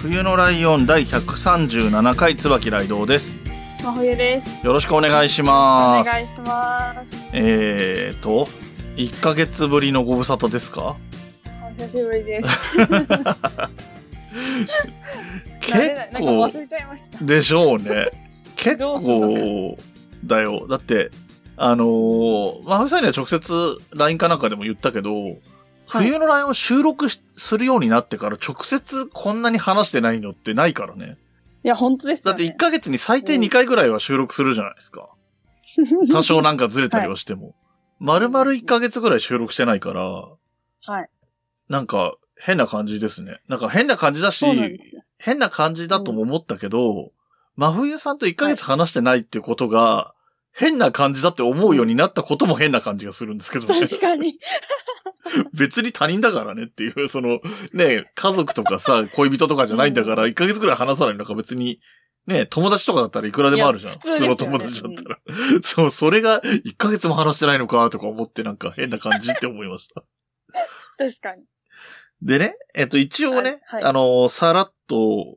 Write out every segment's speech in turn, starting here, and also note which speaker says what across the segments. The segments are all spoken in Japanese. Speaker 1: 冬のライオン第137回椿雷道です。
Speaker 2: 真冬です。
Speaker 1: よろしくお願いし
Speaker 3: お
Speaker 1: ます。
Speaker 3: 願いします
Speaker 1: えーと、1ヶ月ぶりのご無沙汰ですか
Speaker 3: お久しぶりです
Speaker 1: 結
Speaker 3: 慣れないなんか
Speaker 1: 構
Speaker 3: 忘れちゃいました
Speaker 1: でしょ うね。結
Speaker 3: どうすん
Speaker 1: 構だよ。だって、あのー、まふさんには直接 LINE かなんかでも言ったけど、
Speaker 2: はい
Speaker 1: 冬の LINE を収録しするようになってから直接こんなに話してないのってないからね。
Speaker 2: いや、本当です
Speaker 1: だ
Speaker 2: よ、
Speaker 1: って1
Speaker 2: ね。
Speaker 1: ヶ月に最低2回ぐらいは収録するじゃないですか。 多少なんかずれたりはしても。丸々1ヶ月ぐらい収録してないから、
Speaker 2: はい。
Speaker 1: なんか変な感じですね。なんか変な感じだし
Speaker 2: そう、なんですよ。
Speaker 1: 変な感じだとも思ったけど、真冬さんと1ヶ月話してないっていうことが、変な感じだって思うようになったことも変な感じがするんですけどね。
Speaker 2: 確かに。
Speaker 1: 別に他人だからねっていう、そ の、ね、家族とかさ、 恋人とかじゃないんだから、1ヶ月ぐらい話さないのか別に、ね、友達とかだったらいくらでもあるじゃん。
Speaker 2: いや
Speaker 1: 普
Speaker 2: 普通です
Speaker 1: 通
Speaker 2: よね
Speaker 1: の友達だったら。 そう、それが1ヶ月も話してないのかとか思ってなんか変な感じって思いました。
Speaker 2: 確かに。
Speaker 1: でね、えっと、一応ね、
Speaker 2: はいはい
Speaker 1: あの、さらっと、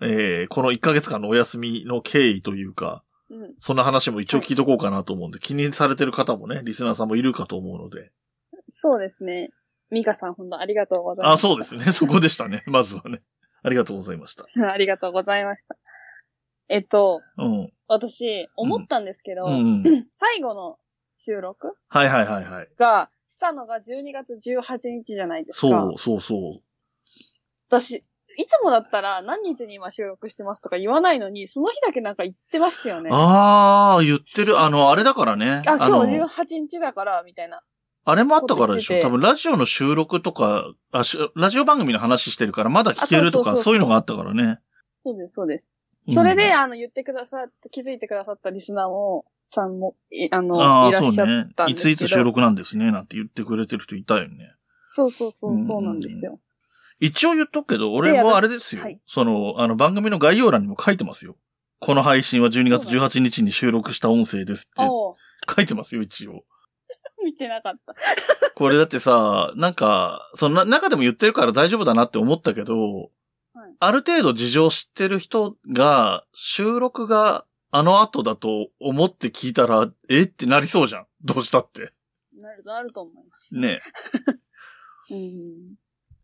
Speaker 1: えーこの1ヶ月間のお休みの経緯というか、
Speaker 2: うん。
Speaker 1: そんな話も一応聞いとこうかなと思うんで、気にされてる方もね、リスナーさんもいるかと思うので。
Speaker 2: そうですね。ミカさん、本当ありがとうござい
Speaker 1: あ、
Speaker 2: ました。
Speaker 1: そうですね。そこでしたね。まずはね。ありがとうございました。
Speaker 2: う ありがとうございました。えっと、
Speaker 1: うん。
Speaker 2: 私、思ったんですけど、
Speaker 1: うん。
Speaker 2: 最後の収録
Speaker 1: はいはいはいはい。
Speaker 2: が、したのが12月18日じゃないですか。
Speaker 1: そう、そうそう。
Speaker 2: 私、いつもだったら何日に今収録してますとか言わないのに、その日だけなんか言ってましたよね。あ、
Speaker 1: あー、言ってる。あの、あれだからね。あ
Speaker 2: 今日
Speaker 1: の、
Speaker 2: 18日だから、みたいな。
Speaker 1: あれもあったからでし
Speaker 2: こ
Speaker 1: ょ。
Speaker 2: う言
Speaker 1: 多
Speaker 2: ってて
Speaker 1: 分、ラジオの収録とか、あ、しラジオ番組の話してるから、まだ聞けると
Speaker 2: あそうそ
Speaker 1: か、
Speaker 2: うそう
Speaker 1: そういうのがあったからね。
Speaker 2: そうです、そうです。
Speaker 1: うん
Speaker 2: それで、、あの、言ってくださって、気づいてくださったリスナーも、さんも、いあの、い
Speaker 1: ああ、
Speaker 2: ら
Speaker 1: そ
Speaker 2: っ
Speaker 1: う
Speaker 2: しゃ
Speaker 1: ね
Speaker 2: った。ん
Speaker 1: い
Speaker 2: ですけど。
Speaker 1: ついつ収録なんですね、なんて言ってくれてる人いたよね。
Speaker 2: そうそうそう、そうなんですよ。
Speaker 1: 一応言っとくけど、俺
Speaker 2: で
Speaker 1: も
Speaker 2: 私
Speaker 1: あれですよ。
Speaker 2: はい
Speaker 1: その、あの、番組の概要欄にも書いてますよ。この配信は12月18日に収録した音声ですって
Speaker 2: おう
Speaker 1: 書いてますよ、一応。
Speaker 2: 見てなかった。
Speaker 1: これだってさ、なんか、そのな中でも言ってるから大丈夫だなって思ったけど、
Speaker 2: はい
Speaker 1: ある程度事情知ってる人が、収録があの後だと思って聞いたら、えってなりそうじゃん。どうしたって。
Speaker 2: なる、なると思います。
Speaker 1: ね。
Speaker 2: うん。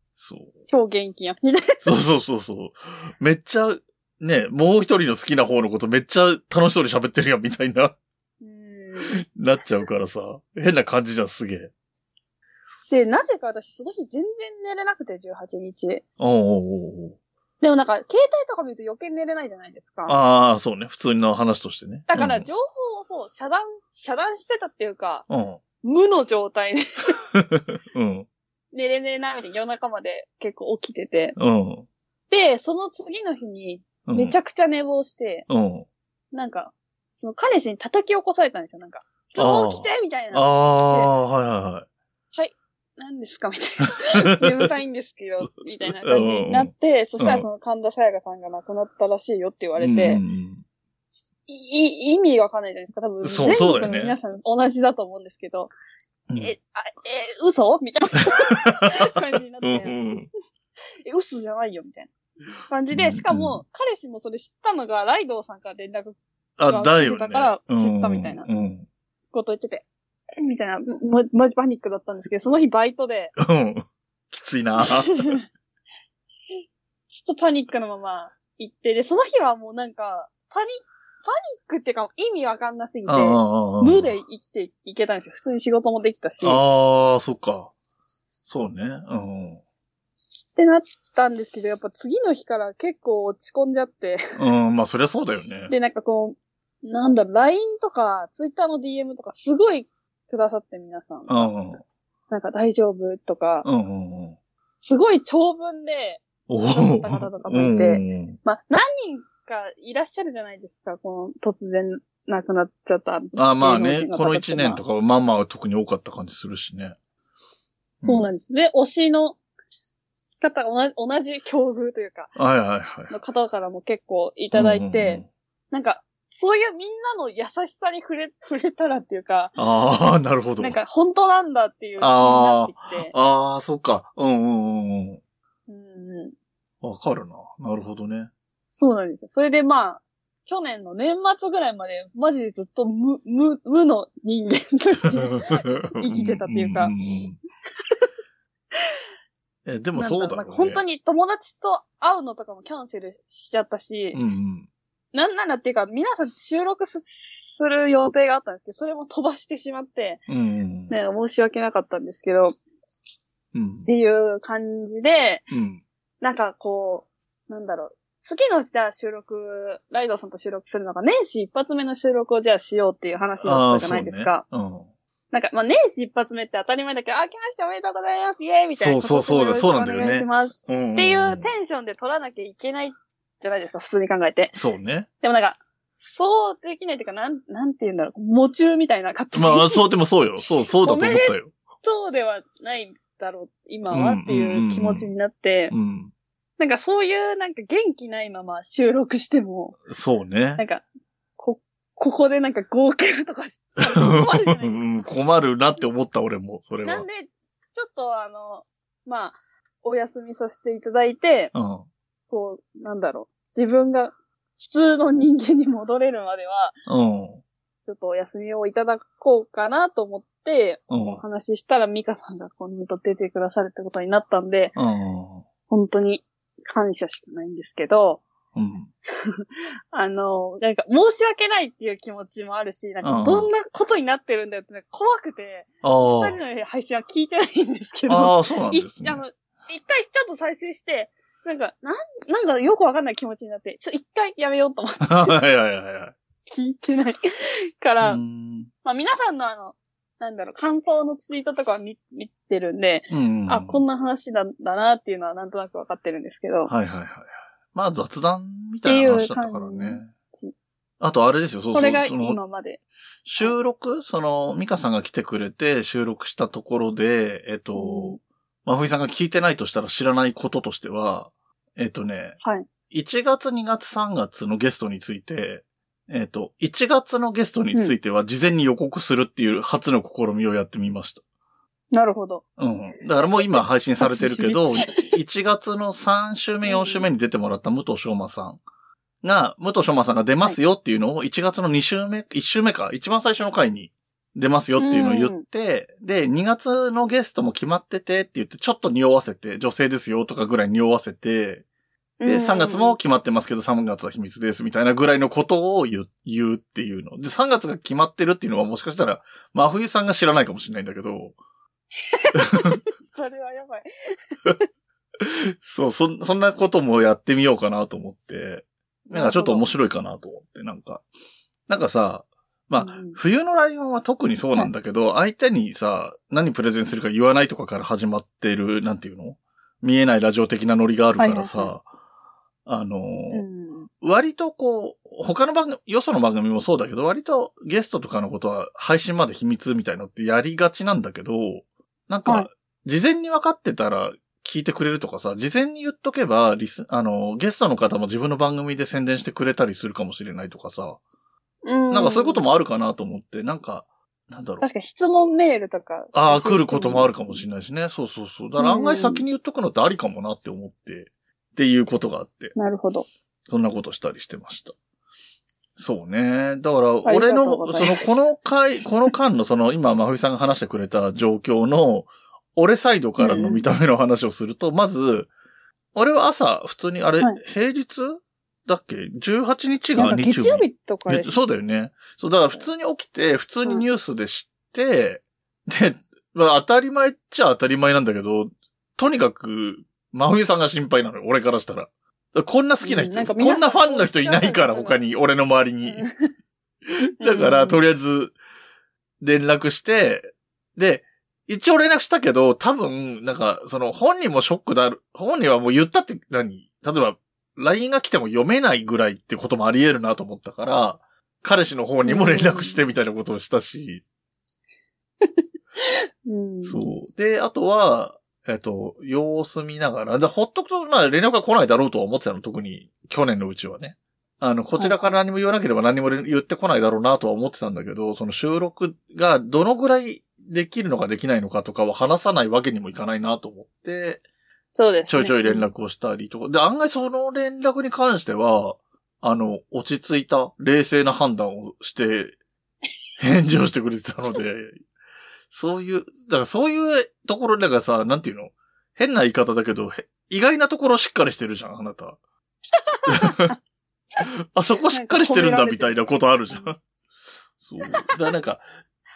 Speaker 1: そう。
Speaker 2: 超元気や。 みたい
Speaker 1: そうそうそうそう。めっちゃ、ね、もう一人の好きな方のことめっちゃ楽しそうに喋ってるやんみたいな、
Speaker 2: なうん。
Speaker 1: なっちゃうからさ。変な感じじゃん、すげえ。
Speaker 2: で、なぜか私、その日全然寝れなくて、18日。
Speaker 1: おうおうおうおう
Speaker 2: でもなんか、携帯とか見ると余計寝れないじゃないですか。
Speaker 1: ああ、そうね。普通の話としてね。
Speaker 2: だから
Speaker 1: うん、
Speaker 2: 情報をそう、遮断、遮断してたっていうか、
Speaker 1: うん。
Speaker 2: 無の状態で
Speaker 1: うん。
Speaker 2: 寝れねえな、みたいな夜中まで結構起きてて。
Speaker 1: うん。
Speaker 2: で、その次の日に、
Speaker 1: うん。
Speaker 2: めちゃくちゃ寝坊して、
Speaker 1: うん。
Speaker 2: なんか、その彼氏に叩き起こされたんですよ、なんか。ち
Speaker 1: あ
Speaker 2: ょ
Speaker 1: ー
Speaker 2: っと起きてみたい
Speaker 1: あ
Speaker 2: な。
Speaker 1: あ、はいはいはい。
Speaker 2: 何ですかみたい な。眠たいんですけど、みたいな感じになって、そしたらその神田沙也加さんが亡くなったらしいよって言われて、
Speaker 1: うんうん
Speaker 2: いい意味わかんないじゃないですか。多分、
Speaker 1: そうそうだ
Speaker 2: 全
Speaker 1: よね
Speaker 2: 国の皆さん同じだと思うんですけど、
Speaker 1: うん、
Speaker 2: え、あえ、嘘 みたいな感じになっ
Speaker 1: うん
Speaker 2: て、
Speaker 1: うん
Speaker 2: え、嘘じゃないよ、みたいな感じ
Speaker 1: うんう
Speaker 2: で、
Speaker 1: ん
Speaker 2: しかも、彼氏もそれ知ったのが、ライドウさんから連絡
Speaker 1: あ、だよね。
Speaker 2: だから知ったみたいな
Speaker 1: うんうん。
Speaker 2: こと言ってて、えみたいな、ま、まじパニックだったんですけど、その日バイトで、
Speaker 1: うん。きついな。
Speaker 2: ちょっとパニックのまま行って、で、その日はもうなんか、パニ、パニックっていうか、意味わかんなすぎて、無
Speaker 1: 無
Speaker 2: で生きていけたんですよ。普通に仕事もできたし。っ
Speaker 1: ああ、そっか。そうね。うん。
Speaker 2: てなったんですけど、やっぱ次の日から結構落ち込んじゃって、
Speaker 1: うん、まあそりゃそうだよ ね。
Speaker 2: で、なんかこう、なんだろう、LINE とか、Twitter の DM とか、すごいくださって皆さん。
Speaker 1: うんうん。
Speaker 2: なんか大丈夫とか、
Speaker 1: うんうんうん。
Speaker 2: すごい長文で、
Speaker 1: おお。
Speaker 2: 方々とかもいて
Speaker 1: うん
Speaker 2: まあ、何人かいらっしゃるじゃないですか、この突然亡くなっちゃった。
Speaker 1: あまあね、
Speaker 2: 芸能人
Speaker 1: こ
Speaker 2: 方
Speaker 1: の
Speaker 2: って
Speaker 1: 一年と
Speaker 2: まあ
Speaker 1: かはまあまあ特に多かった感じするしね。
Speaker 2: そうなんです。で、推しの方が同じ、同じ境遇というか、
Speaker 1: はいはいはい。
Speaker 2: の方からも結構い
Speaker 1: い
Speaker 2: ただいて、。なんか、そういうみんなの優しさに触れ、触れたらっていうか、
Speaker 1: ああ、なるほど。
Speaker 2: なんか本当なんだっていう気にな
Speaker 1: あ
Speaker 2: ってきて、
Speaker 1: ああ、そっか。うんうんうんうん。
Speaker 2: うんうん
Speaker 1: わかるな。なるほどね。
Speaker 2: そうなんですよ。それでまあ、去年の年末ぐらいまで、マジでずっと無、無、無の人間と して、
Speaker 1: 生
Speaker 2: きてたっていうか。
Speaker 1: え、でも
Speaker 2: なん
Speaker 1: そうだ
Speaker 2: なん
Speaker 1: ろう
Speaker 2: か
Speaker 1: ね。
Speaker 2: 本当に友達と会うのとかもキャンセルしちゃったし、
Speaker 1: うんうん。
Speaker 2: なんならっていうか、皆さん収録すする予定があったんですけど、それも飛ばしてしまって、
Speaker 1: うんうん。
Speaker 2: ね、申し訳なかったんですけど、っ
Speaker 1: うん。
Speaker 2: ていう感じで、
Speaker 1: うん。
Speaker 2: なんかこう、なんだろう。次のじゃあ収録、ライドさんと収録するのが、年始一発目の収録をじゃあしようっていう話だ
Speaker 1: あ
Speaker 2: っ
Speaker 1: あ
Speaker 2: たじ
Speaker 1: ー、
Speaker 2: ゃ
Speaker 1: そ
Speaker 2: な
Speaker 1: う
Speaker 2: い
Speaker 1: ね
Speaker 2: ですか。。
Speaker 1: うん。
Speaker 2: なんか、まあ、年始一発目って当たり前だけど、あ、来ました、おめでとうございます、イェーイみたいな。
Speaker 1: そうそうそうだそうなんだよね
Speaker 2: お願いします。
Speaker 1: うんうんうん
Speaker 2: っていうテンションで撮らなきゃいけないじゃないですか、普通に考えて。
Speaker 1: そうね。
Speaker 2: でもなんか、そうできないっていうか、なん、なんて言うんだろう、夢中みたいな、勝手に。
Speaker 1: まあ、そう、でもそうよ。そう、そうだと思ったよ。
Speaker 2: そうではないだろう、今はって
Speaker 1: んうん
Speaker 2: いううんう気持ちになって
Speaker 1: う、ん。
Speaker 2: なんかそういうなんか元気ないまま収録しても、
Speaker 1: そう
Speaker 2: な
Speaker 1: ね。
Speaker 2: んか、こ、ここでなんか号泣とか し、困るじゃないですか
Speaker 1: うん困るなって思った、俺も、それは。
Speaker 2: なんで、ちょっとあの、まあ、お休みさせていただいて、
Speaker 1: うん。うん
Speaker 2: こう、なんだろう、自分が普通の人間に戻れるまでは、。ちょっとお休みをいただこうかなと思って、
Speaker 1: うん
Speaker 2: お話ししたらミカさんがこんと出てくださるってことになったんで、
Speaker 1: うん。
Speaker 2: 本当に感謝しかないんですけど、
Speaker 1: うん。
Speaker 2: あの、なんか申し訳ないっていう気持ちもあるし、なん
Speaker 1: う
Speaker 2: か
Speaker 1: ん
Speaker 2: どんなことになってるんだよってなんか怖くて、
Speaker 1: あ
Speaker 2: 二人の配信は聞いてないんですけど。
Speaker 1: あ。ああ、そうなんで
Speaker 2: 一
Speaker 1: す
Speaker 2: あ
Speaker 1: ね。
Speaker 2: の、一回ちょっと再生して、なんか、なん、なんかよくわかんない気持ちになって、ちょっと一回やめようと思って
Speaker 1: はいはいはいはい。
Speaker 2: 聞いてないから、
Speaker 1: うん
Speaker 2: まあ皆さんのあの、なんだろう、感想のツイートとかは見見てるんで、
Speaker 1: うん。
Speaker 2: あ、こんな話なんだなっていうのはなんとなくわかってるんですけど、
Speaker 1: はいはいはい。まあ雑談みたいな話だったから
Speaker 2: っていう
Speaker 1: ね
Speaker 2: 感じ。
Speaker 1: あとあれですよ、そう
Speaker 2: こ
Speaker 1: そ
Speaker 2: れ
Speaker 1: う
Speaker 2: が。
Speaker 1: その
Speaker 2: 今まで。
Speaker 1: 収録その、ミカさんが来てくれて収録したところで、えっ
Speaker 2: う
Speaker 1: と、まふいさんが聞いてないとしたら知らないこととしては、えっとね、
Speaker 2: はい。
Speaker 1: 1月2月3月のゲストについて、えっと、1月のゲストについては事前に予告するっていう初の試みをやってみました。
Speaker 2: なるほど。
Speaker 1: うん。だからもう今配信されてるけ ど、1月の3週目、4週目に出てもらった武藤昌馬さんが、武藤昌馬さんが出ますよっていうのを1月の2週目、1週目か、一番最初の回に出ますよっていうのを言って、で、2月のゲストも決まっててって言って、ちょっと匂わせて、女性ですよとかぐらい匂わせて、で、3月も決まってますけど、3月は秘密ですみたいなぐらいのことを言う言うっていうの。で、3月が決まってるっていうのはもしかしたら、真冬さんが知らないかもしれないんだけど、
Speaker 2: それはやばい。
Speaker 1: そう、そん、そんなこともやってみようかなと思って、なんかちょっと面白いかなと思って、なんか。なんかさ、まあ
Speaker 2: うん
Speaker 1: 冬のライオンは特にそうなんだけど、相手にさ、何プレゼンするか言わないとかから始まってる、なんていうの見えないラジオ的なノリがあるからさ、
Speaker 2: はい
Speaker 1: あのー、
Speaker 2: うん。
Speaker 1: 割とこう、他の番組、よその番組もそうだけど、割とゲストとかのことは配信まで秘密みたいのってやりがちなんだけど、な
Speaker 2: は
Speaker 1: ん
Speaker 2: い
Speaker 1: か、事前に分かってたら聞いてくれるとかさ、事前に言っとけば、リス、あの、ゲストの方も自分の番組で宣伝してくれたりするかもしれないとかさ、
Speaker 2: うん。
Speaker 1: なんかそういうこともあるかなと思って、なんか、なんだろう。
Speaker 2: 確かに質問メールとか。
Speaker 1: ああ、来ることもあるかもし
Speaker 2: ない。
Speaker 1: れないしね。そうそうそう。だから案外先に言っとくのってありかもなって思って、っていうことがあって。
Speaker 2: なるほど。
Speaker 1: そんなことしたりしてました。そうね。だから、
Speaker 2: あり
Speaker 1: 俺
Speaker 2: が
Speaker 1: の
Speaker 2: とう、ござ
Speaker 1: そ
Speaker 2: いま
Speaker 1: の、
Speaker 2: す
Speaker 1: この回、 この間の、その、今、まふりさんが話してくれた状況の、俺サイドからの見た目の話をすると、まず、俺は朝、普通に、あれ、
Speaker 2: はい
Speaker 1: 平日だっけ ?18 日
Speaker 2: なん
Speaker 1: が
Speaker 2: か
Speaker 1: 日
Speaker 2: 月曜日とかで
Speaker 1: えそうだよね。そう、だから普通に起きて、普通にニュースで知って、で、まあ当たり前っちゃ当たり前なんだけど、とにかく、真冬さんが心配なのよ、俺からしたら。こんな好きな人、
Speaker 2: うんなんか
Speaker 1: こ
Speaker 2: 皆さ
Speaker 1: ん
Speaker 2: ん
Speaker 1: なファンの人いないから、
Speaker 2: そう
Speaker 1: 他に、俺の周りに。 だから、とりあえず、連絡して、で、一応連絡したけど、多分、なんか、その本人もショックだる、本人はもう言ったって何例えば、LINE が来ても読めないぐらいってこともあり得るなと思ったから、彼氏の方にも連絡してみたいなことをしたし、
Speaker 2: うん。
Speaker 1: そう。で、あとは、えっと、様子見ながら、だほっとくと、まあ連絡が来ないだろうとは思ってたの、特に去年のうちはね。あの、こちらから何も言わなければ何も言ってこないだろうなとは思ってたんだけど、その収録がどのぐらいできるのかできないのかとかは話さないわけにもいかないなと思って、
Speaker 2: そうです、ね。
Speaker 1: ちょいちょい連。絡をしたりとか。で、案外その連絡に関しては、あの、落ち着いた、冷静な判断をして、返事をしてくれてたの で、そういう、だからそういうところ、だからさ、なんていうの変な言い方だけど、へ意外なところしっかりしてるじゃん、あな た。あ、そこしっかりしてるんだ、みたいなことあるじゃん。そう。だからなんか、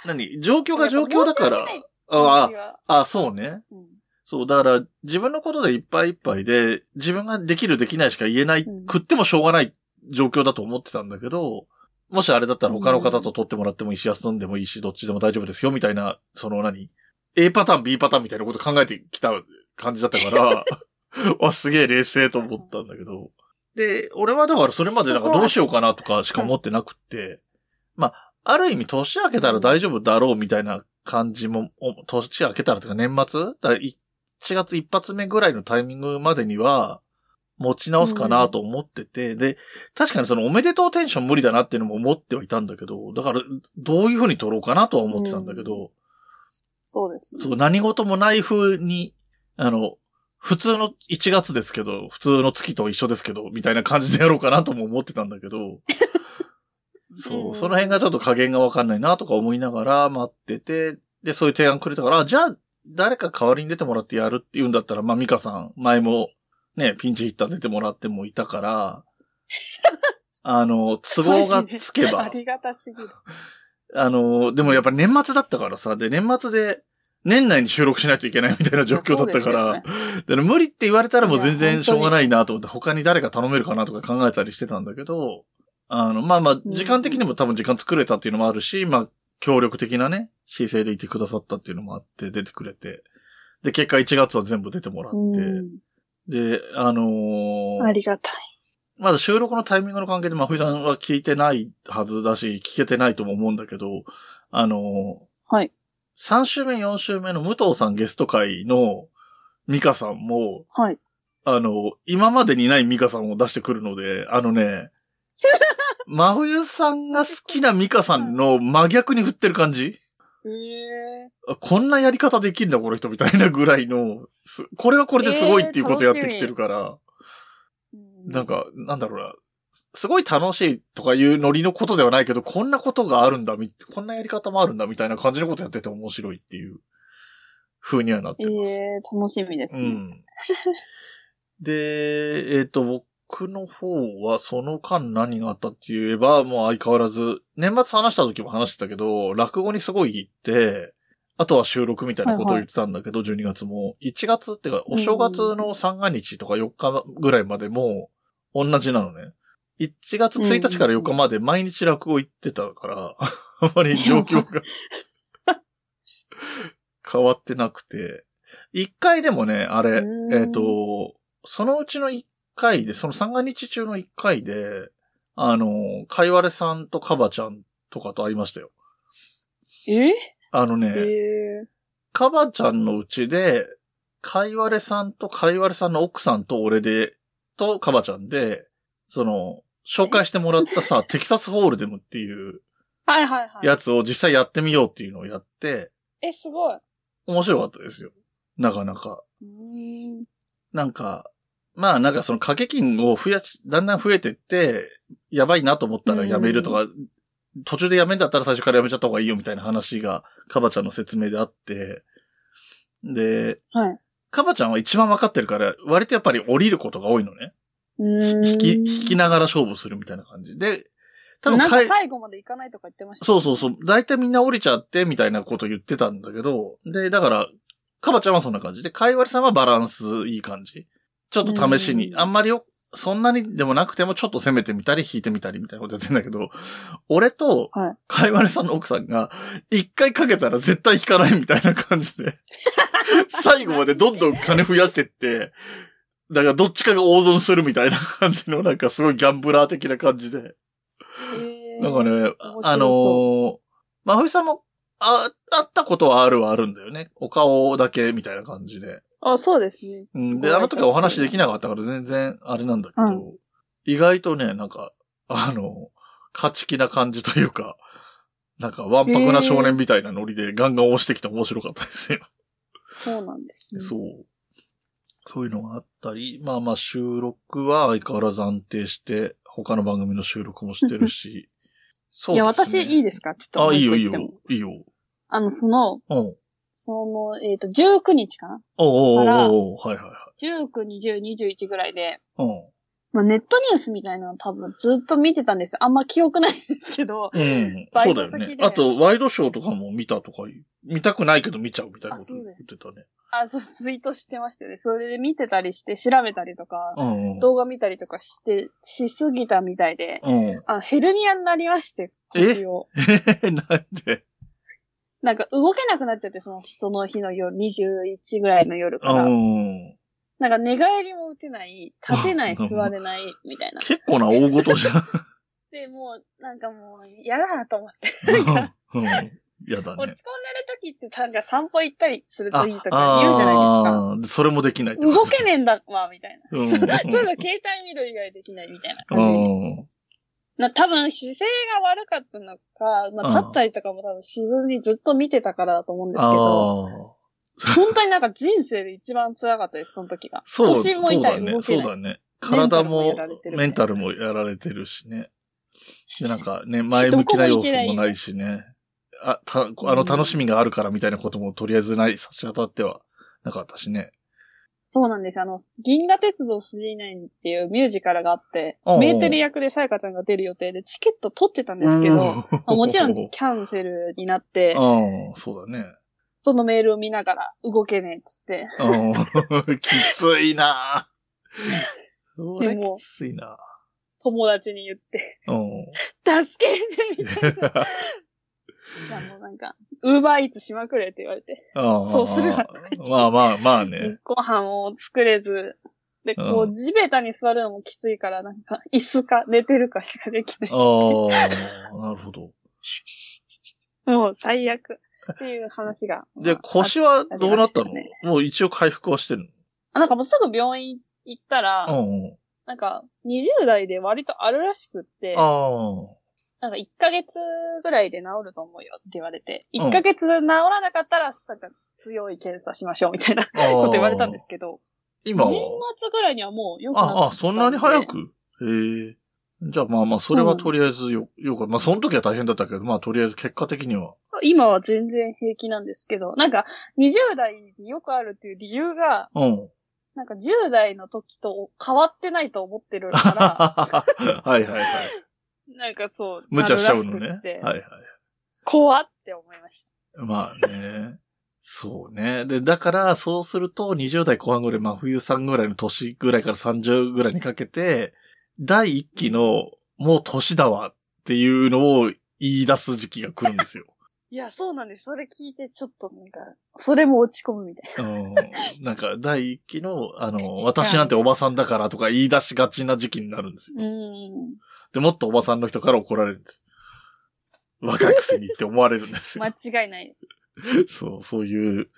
Speaker 1: 何状況が状況だ から。あ
Speaker 2: あ
Speaker 1: あ、あ、そうね。
Speaker 2: うん。
Speaker 1: そう、だから自分のことでいっぱいいっぱいで、自分ができるできないしか言えない、
Speaker 2: うん
Speaker 1: 食ってもしょうがない状況だと思ってたんだけど、もしあれだったら他の方と取ってもらってもいいし、休んでもいいし、どっちでも大丈夫ですよ、みたいな、その何 ?A パターン、B パターンみたいなこと考えてきた感じだったから、わ、すげえ冷静と思ったんだけど。で、俺はだからそれまでなんかどうしようかなとかしか思ってなくて、まあ、ある意味年明けたら大丈夫だろうみたいな感じも、お年明けたらとか年末だからい1月一発目ぐらいのタイミングまでには、持ち直すかなと思ってて、で、確かにそのおめでとうテンション無理だなっていうのも思ってはいたんだけど、だからどういう風に撮ろうかなとは思ってたんだけど、
Speaker 2: そうですね。
Speaker 1: そう、何事もない風に、あの、普通の1月ですけど、普通の月と一緒ですけど、みたいな感じでやろうかなとも思ってたんだ けど、そうう、
Speaker 2: ん
Speaker 1: その辺がちょっと加減がわかんないなとか思いながら待ってて、で、そういう提案くれたから、あじゃあ、誰か代わりに出てもらってやるって言うんだったら、まあ、ミカさん、前も、ね、ピンチヒッター出てもらってもい たから、あの、都合がつけ ば
Speaker 2: あ、りがたすぎる。
Speaker 1: あの、でもやっぱ年末だったからさ、で、年末で、年内に収録しないといけないみたいな状況だったから、
Speaker 2: そうですよね
Speaker 1: だから無理って言われたらもう全
Speaker 2: い
Speaker 1: 然
Speaker 2: や
Speaker 1: しょうがないなと思って、他に誰か頼めるかなとか考えたりしてたんだけど、あの、まあまあ、
Speaker 2: ん
Speaker 1: 時間的にも多分時間作れたっていうのもあるし、まあ、協力的なね、姿勢でいてくださったっていうのもあって、出てくれて。で、結果1月は全部出てもらって。で、あのー
Speaker 2: うん。ありがたい。
Speaker 1: まだ収録のタイミングの関係で、まふいさんは聞いてないはずだし、聞けてないとも思うんだけど、あの、
Speaker 2: はい。
Speaker 1: 3週目、4週目の武藤さんゲスト会のミカさんも、
Speaker 2: はい。
Speaker 1: あの、今までにないミカさんを出してくるので、あ のね、真冬さんが好きなミカさんの真逆に振ってる感じ
Speaker 2: ええ
Speaker 1: あこんなやり方できんだ、この人みたいなぐらいの、すこれはこれですごいっていうことやってきてるから、なんか、なんだろうな。すすごい楽しいとかいうノリのことではないけど、こんなことがあるんだ、みこんなやり方もあるんだ、みたいな感じのことやってて面白いっていう風にはなって
Speaker 2: え
Speaker 1: ます。
Speaker 2: え楽しみです
Speaker 1: う
Speaker 2: ね。
Speaker 1: ん。で、えっ、と、僕の方は、その間何があったって言えば、もう相変わらず、年末話した時も話してたけど、落語にすごい行って、あとは収録みたいなことを言ってたんだけど、12月も。1月っていうか、お正月の三が日とか4日ぐらいまでも、同じなのね。1月1日から4日まで毎日落語行ってたから、あんまり状況 が変わってなくて。一回でもね、あれ、
Speaker 2: うん
Speaker 1: えっ、と、そのうちの一回で、その三が日中の一回で、あの、かいわれさんとかばちゃんとかと会いましたよ。
Speaker 2: え
Speaker 1: あのね、
Speaker 2: ええ
Speaker 1: カバちゃんのうちで、カイワレさんとカイワレさんの奥さんと俺で、とカバちゃんで、その、紹介してもらっ たさ、テキサスホールデムっていう
Speaker 2: はいはいはい。
Speaker 1: やつを実際やってみようっていうのをやって、
Speaker 2: え、すごい。
Speaker 1: 面白かったですよ。なかなか。
Speaker 2: うん。
Speaker 1: なんか、まあなんかその掛け金を増やし、だんだん増えてって、やばいなと思ったらやめるとか、途中でやめんだったら最初からやめちゃった方がいいよみたいな話が、カバちゃんの説明であって、で、
Speaker 2: はい
Speaker 1: カバちゃんは一番わかってるから、割とやっぱり降りることが多いのね。
Speaker 2: うん
Speaker 1: 引き、引きながら勝負するみたいな感じ。で、多分
Speaker 2: なん
Speaker 1: か
Speaker 2: か
Speaker 1: い
Speaker 2: 最後まで行かないとか言ってましたね。
Speaker 1: そうそうそう。だいたいみんな降りちゃって、みたいなこと言ってたんだけど、で、だから、カバちゃんはそんな感じで、カイワレさんはバランスいい感じ。ちょっと試しに、
Speaker 2: うん
Speaker 1: あんまりよ、そんなにでもなくてもちょっと攻めてみたり引いてみたりみたいなことやってんだけど、 俺と
Speaker 2: はい、
Speaker 1: かいわれさんの奥さんが、一回かけたら絶対引かないみたいな感じで、 最後までどんどん金増やしてって、だからどっちかが大損するみたいな感じの、なんかすごいギャンブラー的な感じで。
Speaker 2: えー
Speaker 1: なんかね、
Speaker 2: 白そう
Speaker 1: あのー、まふいさんも、あ、会ったことはあるはあるんだよね。お顔だけみたいな感じで。
Speaker 2: あ、そうですね。
Speaker 1: うん、で、あの時はお話でき
Speaker 2: な
Speaker 1: なかったから全然あれなんだけど、
Speaker 2: う
Speaker 1: 意外とね、なんか、あの、勝ち気な感じというか、なんか、わんぱくな少年みたいなノリでガンガン押してきて面白かったですよ。
Speaker 2: い。そうなんです、ね。
Speaker 1: そう。そういうのがあったり、まあまあ収録は相変わらず安定して、他の番組の収録もして るし。そう
Speaker 2: い
Speaker 1: で
Speaker 2: や、
Speaker 1: すね、
Speaker 2: 私、いいですかちょっとも
Speaker 1: あ、
Speaker 2: う
Speaker 1: いい
Speaker 2: 一個
Speaker 1: よいい
Speaker 2: 言っ
Speaker 1: よ
Speaker 2: ても。。
Speaker 1: いいよ。
Speaker 2: あの、その、
Speaker 1: うん。おう
Speaker 2: その、えっ、と、19日かな
Speaker 1: おうおう
Speaker 2: あら
Speaker 1: おうはいはいは
Speaker 2: ?19、20、21ぐらいで、
Speaker 1: い。うん。
Speaker 2: まあ、ネットニュースみたいなの多分ずっと見てたんですよ。あんま記憶ないんですけど。
Speaker 1: うん。
Speaker 2: バ
Speaker 1: そう
Speaker 2: イト
Speaker 1: だよ
Speaker 2: 先で
Speaker 1: ね。あと、ワイドショーとかも見たとか言う、見たくないけど見ちゃうみたいなこと
Speaker 2: あそ
Speaker 1: 言
Speaker 2: うだ
Speaker 1: っ
Speaker 2: よ
Speaker 1: てたね。
Speaker 2: あ、そう、ツイートしてましたよね。それで見てたりして、調べたりとか、
Speaker 1: うんうん。
Speaker 2: 動画見たりとかして、しすぎたみたいで、
Speaker 1: うん。
Speaker 2: あ、ヘルニアになりまして、腰を。
Speaker 1: えなんで
Speaker 2: なんか動けなくなっちゃって、その、その日の夜、21ぐらいの夜か
Speaker 1: う
Speaker 2: ら。
Speaker 1: ん。
Speaker 2: なんか寝返りも打てない、立てない、
Speaker 1: うん
Speaker 2: 座れない、みたいな。
Speaker 1: 結構な大事じゃん。
Speaker 2: で、もう、なんかもう、嫌だと思って。
Speaker 1: うん。やだ
Speaker 2: 落ち。
Speaker 1: ね
Speaker 2: 込んでる時って、なんか散歩行ったりするといいとか言うじゃない
Speaker 1: ああー、それもできないっ
Speaker 2: で
Speaker 1: てこ
Speaker 2: すか。動
Speaker 1: と
Speaker 2: けねえんだわ、みたいな。
Speaker 1: うん
Speaker 2: ただ携帯見る以外できないみたいな
Speaker 1: う
Speaker 2: 感じ。
Speaker 1: ん。
Speaker 2: な多分姿勢が悪かったのか、まあ、
Speaker 1: うん
Speaker 2: 立ったりとかも多分沈みずっと見てたからだと思うんですけ
Speaker 1: あ
Speaker 2: ど、
Speaker 1: あ。
Speaker 2: 本当になんか人生で一番辛かったです、その時が。
Speaker 1: そう、
Speaker 2: 腰も
Speaker 1: そう
Speaker 2: 痛
Speaker 1: だ
Speaker 2: い、
Speaker 1: ね
Speaker 2: 動。
Speaker 1: そ
Speaker 2: け
Speaker 1: う
Speaker 2: ない。
Speaker 1: だね。体も
Speaker 2: メンタルもやられてるみたい、な
Speaker 1: メンタルもやられてるしね。で、なんかね、前向きな要素もないしね。あ、た、あの、楽しみがあるからみたいなこともとりあえずない、差し当たってはなかったしね。
Speaker 2: そうなんです。あの、銀河鉄道999っていうミュージカルがあって
Speaker 1: うんう、ん
Speaker 2: メーテル役でさやかちゃんが出る予定でチケット取ってたんですけど、まあもちろんキャンセルにな って、
Speaker 1: うん、そうだね。
Speaker 2: そのメールを見ながら動けねえっつって、
Speaker 1: うん、 きついなそれ
Speaker 2: でも
Speaker 1: きついな
Speaker 2: 友達に言って、
Speaker 1: うん。
Speaker 2: 助けてみたいな。もうなんか、ウーバーイーツしまくれって言われて。
Speaker 1: そう
Speaker 2: するわ
Speaker 1: まあまあまあ ね。
Speaker 2: ご飯を作れず、で、こ
Speaker 1: う
Speaker 2: う、地べたに座るのもきついから、なんか、椅子か寝てるかしかできない
Speaker 1: あ。あ、なるほど。
Speaker 2: もう最悪。っていう話が。
Speaker 1: で、
Speaker 2: まあ
Speaker 1: 腰はどうなった
Speaker 2: あ
Speaker 1: の
Speaker 2: りまし
Speaker 1: もう一応回復はしてる
Speaker 2: あなんかもうすぐ病院行ったら、
Speaker 1: のうんうん。
Speaker 2: なんか、20代で割とあるらしくって、
Speaker 1: あ
Speaker 2: なんか1ヶ月ぐらいで治ると思うよって言われて、
Speaker 1: うん
Speaker 2: 1ヶ月治らなかったら、なんか強い検査しましょうみたいなこ
Speaker 1: あ。
Speaker 2: と言われたんですけど、
Speaker 1: 今
Speaker 2: 年
Speaker 1: は
Speaker 2: 末ぐらいにはもう良くなってたんで
Speaker 1: あ、あ、そんなに早くへえ。じゃあまあまあ、それはとりあえずよ、よかった。まあ、その時は大変だったけど、まあとりあえず結果的には。
Speaker 2: 今は全然平気なんですけど、なんか20代によくあるっていう理由が、
Speaker 1: うん。
Speaker 2: なんか10代の時と変わってないと思ってる か
Speaker 1: はいはいはい。
Speaker 2: ら、なんかそう、
Speaker 1: 無茶しちゃうのね。
Speaker 2: なる
Speaker 1: は
Speaker 2: らしくって
Speaker 1: いはい。
Speaker 2: 怖って思いまし
Speaker 1: まあね。そうね。で、だから、そうすると、20代後半ぐらい、真冬さんぐらいの年ぐらいから30ぐらいにかけて、第一期の、もう年だわっていうのを言い出す時期が来るんですよ。
Speaker 2: た。いや、そうなんです。それ聞いてちょっとなんか、それも落ち込むみたい
Speaker 1: うんなんか、第一期の、あの、私なんておばさんだからとか言い出しがちな時期になるんですよ。
Speaker 2: な。うん。
Speaker 1: で、もっとおばさんの人から怒られるんです。若いくせにって思われるんですよ。
Speaker 2: 間違いない。
Speaker 1: そう、そういう、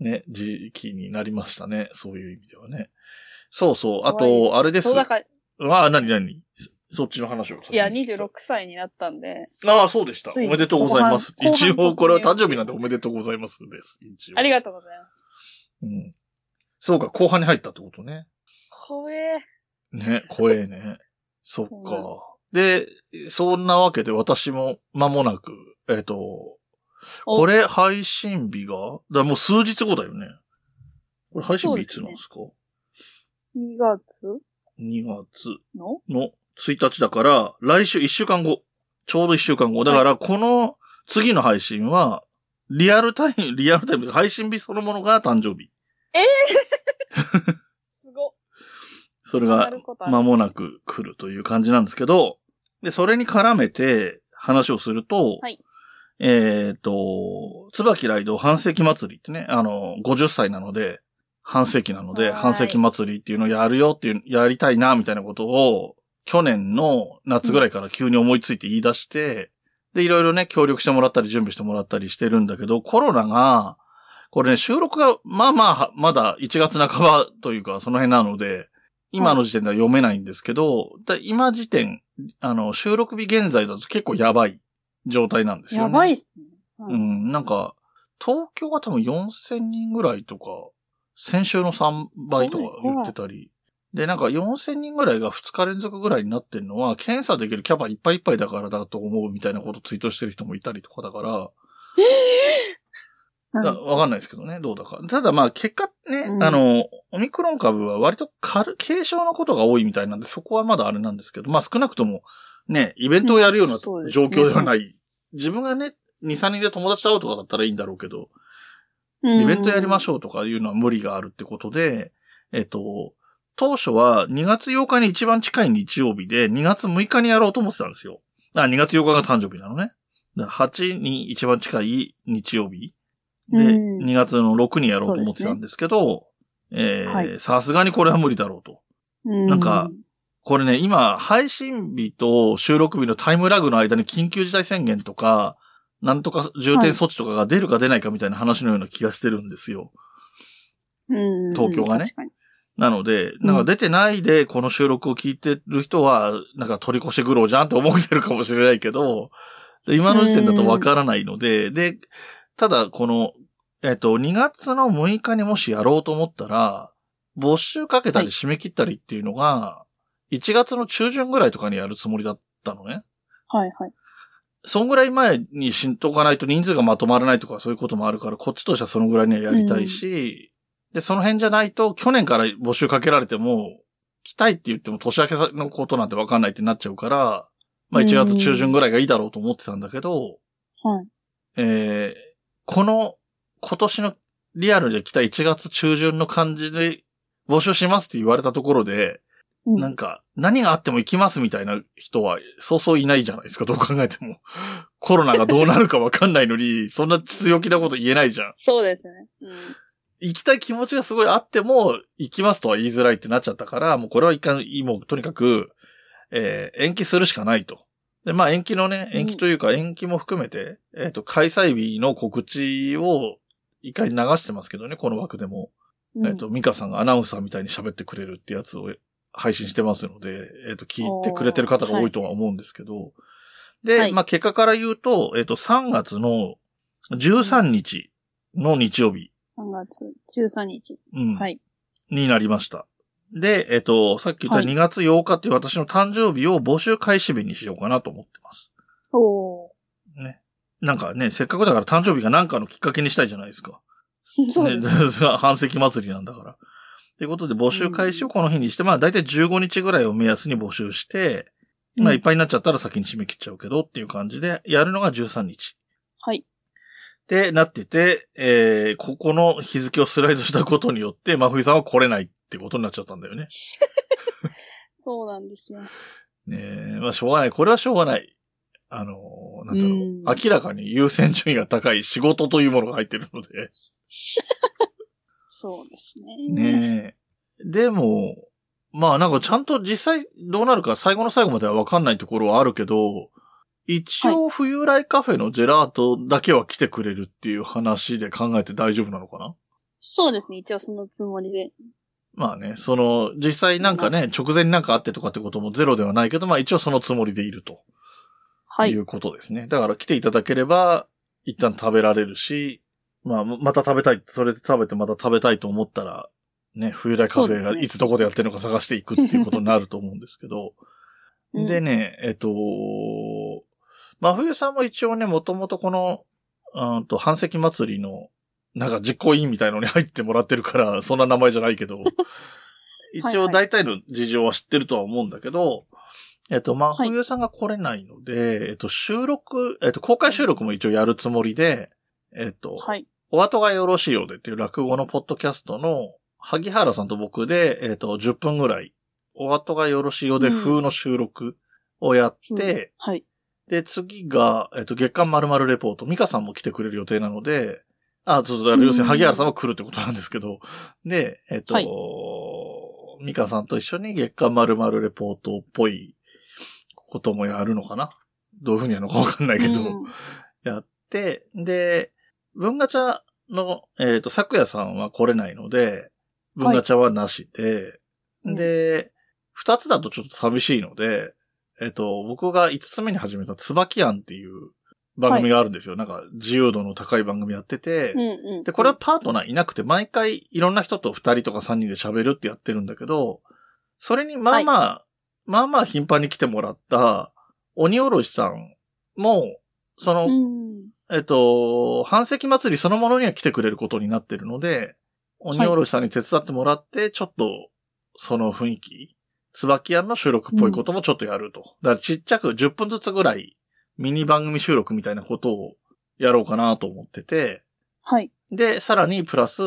Speaker 1: ね、時期になりましたね。そういう意味ではね。そうそう。あ
Speaker 2: 怖い
Speaker 1: と、あれです
Speaker 2: そう。だから、い
Speaker 1: あ、なになにそっちの話を。
Speaker 2: や、26。歳になったんで、
Speaker 1: ああ、そうでした。お
Speaker 2: ついに
Speaker 1: めでとうございます。
Speaker 2: 後半
Speaker 1: 一
Speaker 2: 後半
Speaker 1: 応、これは
Speaker 2: 突入
Speaker 1: 誕生日なんでおめでとうございますです。一応。
Speaker 2: ありがとうございます。
Speaker 1: うん。そうか、後半に入ったってことね。
Speaker 2: 怖え。
Speaker 1: ね、怖 えね。そっ
Speaker 2: そうな
Speaker 1: か
Speaker 2: の。
Speaker 1: で、そんなわけで私も間もなく、えっ、と、
Speaker 2: お
Speaker 1: これ配信日が、だからもう数日後だよね。これ配信日いつなんですか
Speaker 2: 2月
Speaker 1: ?2 月
Speaker 2: の
Speaker 1: の1日だから、来週1週間後。ちょうど1週間後。だから、この次の配信は、リアルタイム、リアルタイム、配信日そのものが誕生日。
Speaker 2: すご。
Speaker 1: それ
Speaker 2: な
Speaker 1: が
Speaker 2: ることある
Speaker 1: 間もなく来るという感じなんですけど、で、それに絡めて話をすると、
Speaker 2: はい
Speaker 1: えっ、と、椿ライド半世紀祭りってね、あの、50歳なので、半世紀なの
Speaker 2: は
Speaker 1: で、
Speaker 2: い
Speaker 1: 半世紀祭りっていうのをやるよっていう、やりたいな、みたいなことを、去年の夏ぐらいから急に思いついて言い出して、で、いろいろね、協力してもらったり、準備してもらったりしてるんだけど、コロナが、これね、収録が、まあまあ、まだ1月半ばというか、その辺なので、今の時点では読めないんですけど、だ今時点、あの、収録日現在だと結構やばい状態なんですよ
Speaker 2: や
Speaker 1: ね。
Speaker 2: ばいっすね。はい
Speaker 1: うん、なんか、東京が多分4000人ぐらいとか、先週の3倍とか言ってたり。で、なんか4000人ぐらいが2日連続ぐらいになってるのは、検査できるキャパいっぱいいっぱいだからだと思うみたいなことツイートしてる人もいたりとかだから、
Speaker 2: うん
Speaker 1: だわかんないですけどね、どうだか。ただまあ結果ね、
Speaker 2: うん
Speaker 1: あの、オミクロン株は割と軽、軽症のことが多いみたいなんで、そこはまだあれなんですけど、まあ少なくともね、イベントをやるような
Speaker 2: そうです
Speaker 1: 状
Speaker 2: ね
Speaker 1: 況ではない。自分がね、2、3人で友達と会うとかだったらいいんだろうけど、イベントやりましょうとかいうのは無理があるってことで、えっと、当初は2月8日に一番近い日曜日で、2月6日にやろうと思ってたんですよ。あ、2月8日が誕生日なのね。だから8に一番近い日曜日。で、
Speaker 2: うん
Speaker 1: 2月の6にやろうと思ってたんですけど、えー
Speaker 2: はい
Speaker 1: さすがにこれは無理だろうと。
Speaker 2: うん。
Speaker 1: なんかこれね、今、配信日と収録日のタイムラグの間に緊急事態宣言とか、なんとか重点措置とかが出るか出ないかみたいな話のような気がしてるんですよ。
Speaker 2: うん、
Speaker 1: 東京がね
Speaker 2: 確かに。
Speaker 1: なので、なんか出てないでこの収録を聞いてる人は、なんか取り越し苦労じゃんって思ってるかもしれないけど、で今の時点だとわからないので、で、ただこの、えっと、2月の6日にもしやろうと思ったら、没収かけたり締め切ったりっていうのが、1月の中旬ぐらいとかにやるつもりだったのね。
Speaker 2: はいはい。
Speaker 1: そんぐらい前にしんとかないと人数がまとまらないとかそういうこともあるから、こっちとしてはそのぐらいにはやりたいし、で、その辺じゃないと、去年から募集かけられても、来たいって言っても年明けのことなんてわかんないってなっちゃうから、まあ1月中旬ぐらいがいいだろうと思ってたんだけど、
Speaker 2: はい。
Speaker 1: えーこの今年のリアルで来た1月中旬の感じで募集しますって言われたところで、
Speaker 2: うん
Speaker 1: なんか、何があっても行きますみたいな人は、そうそういないじゃないですか、どう考えても。 コロナがどうなるかわかんないのに、そんな強気なこと言えないじゃん。
Speaker 2: そうですね。うん。
Speaker 1: 行きたい気持ちがすごいあっても、行きますとは言いづらいってなっちゃったから、もうこれは一回、もうとにかく、えー延期するしかないと。で、まあ延期のね、
Speaker 2: うん
Speaker 1: 延期というか延期も含めて、えっ、と、開催日の告知を一回流してますけどね、この枠でも。
Speaker 2: うん
Speaker 1: えっ、と、ミカさんがアナウンサーみたいに喋ってくれるってやつを配信してますので、えっ、と、聞いてくれてる方が多いとは思うんですけど、で、
Speaker 2: はい
Speaker 1: まあ、結果から言うと、えっ、と、3月の13日の日曜日、
Speaker 2: 3月13日。
Speaker 1: うん
Speaker 2: はい。
Speaker 1: になりました。で、えっ、と、さっき言った
Speaker 2: はい
Speaker 1: 2月8日っていう私の誕生日を募集開始日にしようかなと思ってます。
Speaker 2: おー。
Speaker 1: ね。なんかね、せっかくだから誕生日が何かのきっかけにしたいじゃないですか。
Speaker 2: そう
Speaker 1: ね
Speaker 2: です。
Speaker 1: 半世紀祭りなんだから。ということで、募集開始をこの日にして、まあ、だいたい15日ぐらいを目安に募集して、まあ、いっぱいになっちゃったら先に締め切っちゃうけどっていう感じで、やるのが13日。
Speaker 2: はい。
Speaker 1: ってなってて、えー、ここの日付をスライドしたことによって、真冬さんは来れないってことになっちゃったんだよね。
Speaker 2: そうなんですよ。
Speaker 1: ねえ、まあ、しょうがない。これはしょうがない。あのーなんだろう。
Speaker 2: うん
Speaker 1: 明らかに優先順位が高い仕事というものが入ってるので。
Speaker 2: そうですね。
Speaker 1: ねえ。でも、まあなんかちゃんと実際どうなるか最後の最後まではわかんないところはあるけど、一応冬来カフェのジェラートだけは来てくれるっていう話で考えて大丈夫なのかな
Speaker 2: そうですね。一応そのつもりで。
Speaker 1: まあね、その、実際なんか
Speaker 2: ま
Speaker 1: ね、
Speaker 2: あ
Speaker 1: 直前になんかあってとかってこともゼロではないけど、まあ一応そのつもりでいると。
Speaker 2: はいい。
Speaker 1: うことですね。だから来ていただければ、一旦食べられるし、まあ、また食べたい、それで食べてまた食べたいと思ったら、ね、冬来カフェ
Speaker 2: そ
Speaker 1: が
Speaker 2: うですね
Speaker 1: いつどこでやってるのか探していくっていうことになると思うんですけど、
Speaker 2: うん
Speaker 1: でね、えっと、真冬さんも一応ね、もともとこの、うんと、半石祭りの、なんか実行委員みたいのに入ってもらってるから、 そんな名前じゃな いけど、一応大体の事情は知ってるとは思うんだけど、えっと、まあ、
Speaker 2: はい
Speaker 1: 冬さんが来れないので、えっと、収録、えっと、公開収録も一応やるつもりで、えっと、
Speaker 2: はい。
Speaker 1: お後がよろしいようでっていう落語のポッドキャストの、萩原さんと僕で、えっ、と、10分ぐらいお後がよろしいよで風の収録をやって、
Speaker 2: はい。
Speaker 1: で、次が、えっと、月刊まるレポート。ミカさんも来てくれる予定なので、あ、そうそう、だから要するに萩原さんは来るってことなんですけど、で、えっと、
Speaker 2: は
Speaker 1: ミカさんと一緒に月刊まるレポートっぽいこともやるのかなどういうふうにやるのかわかんないけど、
Speaker 2: うん
Speaker 1: やって、で、文ガチャの、えっ、と、昨夜さんは来れないので、文ガチャはなしで、
Speaker 2: うん
Speaker 1: で、二つだとちょっと寂しいので、えっ、と、僕が五つ目に始めた椿庵っていう番組があるんですよ。なんか、自由度の高い番組やってて、
Speaker 2: うんうん。
Speaker 1: で、これはパートナーいなくて、毎回いろんな人と二人とか三人で喋るってやってるんだけど、それにまあまあ、まあまあ頻繁に来てもらった、鬼おろしさんも、その、
Speaker 2: うん。
Speaker 1: えっと、半石祭りそのものには来てくれることになってるので、鬼おろしさんに手伝ってもらって、ちょっと、その雰囲気、椿庵の収録っぽいこともちょっとやると。だからちっちゃく10分ずつぐらい、ミニ番組収録みたいなことをやろうかなと思ってて、
Speaker 2: はい。
Speaker 1: で、さらにプラス、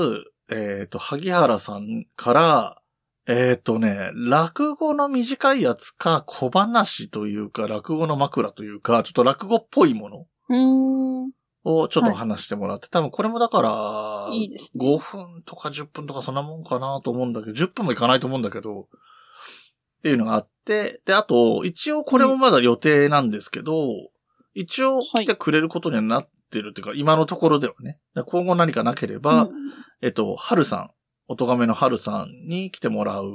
Speaker 1: えっ、と、萩原さんから、えっ、とね、落語の短いやつか、小話というか、落語の枕というか、ちょっと落語っぽいもの
Speaker 2: うーん。
Speaker 1: をちょっと話してもらって、多分これもだから、
Speaker 2: いいですね。
Speaker 1: 5分とか10分とかそんなもんかなと思うんだけど、10分もいかないと思うんだけど、っていうのがあって、で、あと、一応これもまだ予定なんですけど、一応来てくれることにはなってるっていうか、今のところではね、今後何かなけれ
Speaker 2: う
Speaker 1: ば、
Speaker 2: ん
Speaker 1: えっと、春さん、おとがめの春さんに来てもらう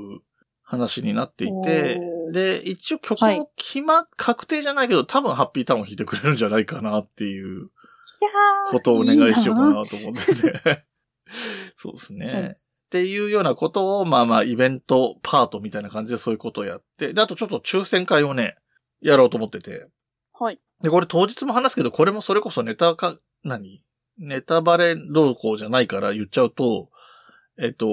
Speaker 1: 話になっていて
Speaker 2: お、ー
Speaker 1: で、一応曲
Speaker 2: はい
Speaker 1: も決ま、確定じゃないけど、多分ハッピーターンを弾いてくれるんじゃないかなっていう
Speaker 2: いやー
Speaker 1: ことをお願いしようか
Speaker 2: いい
Speaker 1: なと思って て。そうですね。っていうようなことを、まあまあ、イベントパートみたいな感じでそういうことをやって、で、あとちょっと抽選会をね、やろうと思ってて。
Speaker 2: はい。
Speaker 1: で、これ当日も話すけど、これもそれこそネタか、何ネタバレどうこうじゃないから言っちゃうと、えっと、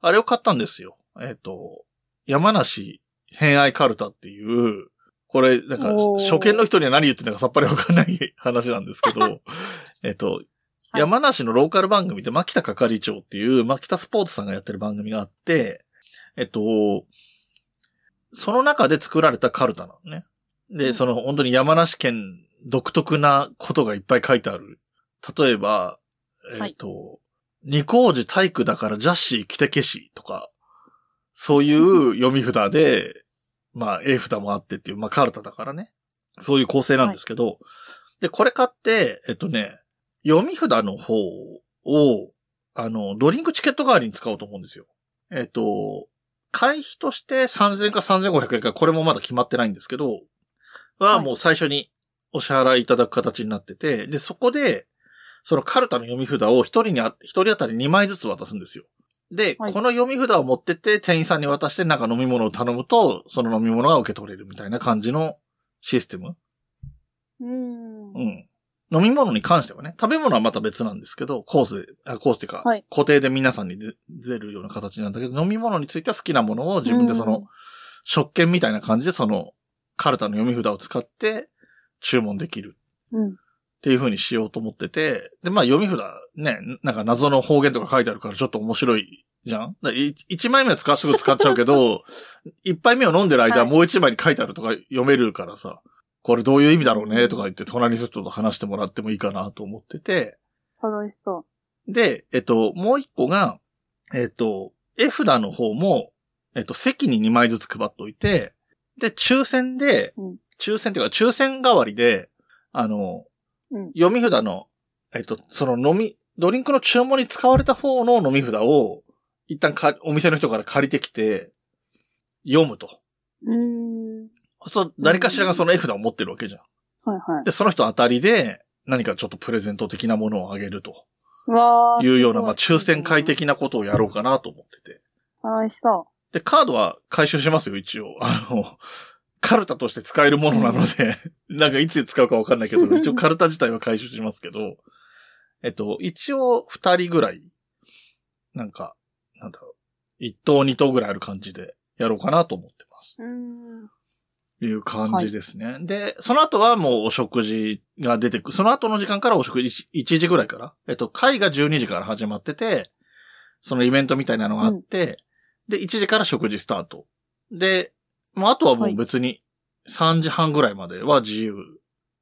Speaker 1: あれを買ったんですよ。えっと、山梨偏愛カルタっていう、これ、なんか、
Speaker 2: おー
Speaker 1: 初見の人には何言ってんだかさっぱりわかんない話なんですけ ど、えっと、
Speaker 3: はい
Speaker 1: 山梨のローカル番組で、牧田係長っていう、牧田スポーツさんがやってる番組があって、えっと、その中で作られたカルタなのね。
Speaker 3: う
Speaker 1: で、
Speaker 3: ん
Speaker 1: その本当に山梨県独特なことがいっぱい書いてある。例えば、えっと、二工事体育だからジャッシー着てけしとか、そういう読み札で、まあ、A 札もあってっていう、まあ、カルタだからね。そういう構成なんですけど、で、これ買って、えっとね、読み札の方を、あの、ドリンクチケット代わりに使おうと思うんですよ。えっと、会費として3000か3500円か、これもまだ決まってないんですけど、は
Speaker 3: はい
Speaker 1: もう最初にお支払いいただく形になってて、で、そこで、そのカルタの読み札を一人にあ、一人当たり2枚ずつ渡すんですよ。で、
Speaker 2: はい
Speaker 1: この読み札を持ってって店員さんに渡してなんか飲み物を頼むと、その飲み物が受け取れるみたいな感じのシステム
Speaker 2: うん。
Speaker 1: うん。飲み物に関してはね、食べ物はまた別なんですけど、コースで、あコースっていうか、
Speaker 2: はい
Speaker 1: 固定で皆さんに出出るような形なんだけど、飲み物については好きなものを自分でその、
Speaker 2: うん
Speaker 1: 食券みたいな感じでその、カルタの読み札を使って注文できる
Speaker 2: うん。
Speaker 1: っていう風にしようと思ってて、で、まあ読み札ね、なんか謎の方言とか書いてあるからちょっと面白いじゃんだい一枚目は使すぐ使っちゃうけど、 一杯目を飲んでる間は
Speaker 3: はい
Speaker 1: もう一枚に書いてあるとか読めるからさ、これどういう意味だろうねとか言って隣の人と話してもらってもいいかなと思ってて、
Speaker 2: 楽しそ
Speaker 1: で、えっと、もう一個が、えっと、絵札の方も、えっと、席に2枚ずつ配っといて、で、抽選で、
Speaker 2: うん
Speaker 1: 抽選というか、抽選代わりで、あの、
Speaker 2: うん
Speaker 1: 読み札の、えっと、その飲み、ドリンクの注文に使われた方の飲み札を、一旦か、お店の人から借りてきて、読むと。
Speaker 2: う。うーん。
Speaker 1: そうすると、誰かしらがその絵札を持ってるわけじゃん。
Speaker 2: はいはい。
Speaker 1: で、その人当たりで、何かちょっとプレゼント的なものをあげると。
Speaker 2: うわー。
Speaker 1: いうよう
Speaker 2: す
Speaker 1: な、
Speaker 2: ごい
Speaker 1: まあ、抽選会。的なことをやろうかなと思ってて。
Speaker 2: 楽しそ
Speaker 1: で、カードは回収しますよ、一応。あの、カルタとして使えるものなので、なんかいつ使うかわかんないけど、一応カルタ自体は回収しますけど、えっと、一応二人ぐらい、なんか、なんだろう、一等二等ぐらいある感じでやろうかなと思ってます。
Speaker 2: う。うーん。
Speaker 1: いう感じですね。で、その後はもうお食事が出てくる。その後の時間からお食事、1時ぐらいから。えっと、会が12時から始まってて、そのイベントみたいなのがあって、で、1時から食事スタート。で、もうあとはもう別に3時半ぐらいまでは自由。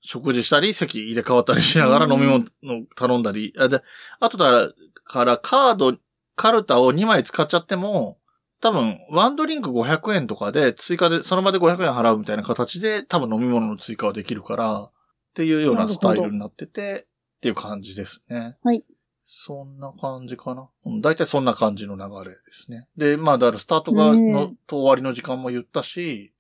Speaker 1: 食事したり、席入れ替わったりしながら飲み物を頼んだり。あで、あとだからカード、カルタを2枚使っちゃっても、多分、ワンドリンク500円とかで追加で、その場で500円払うみたいな形で、多分飲み物の追加はできるから、っていうようなスタイルになってて、っていう感じですね。
Speaker 2: はい。
Speaker 1: そんな感じかな。うん、大体そんな感じの流れですね。で、まあ、だからスタートが、
Speaker 2: う
Speaker 1: の
Speaker 2: ん、
Speaker 1: と終わりの時間も言ったし、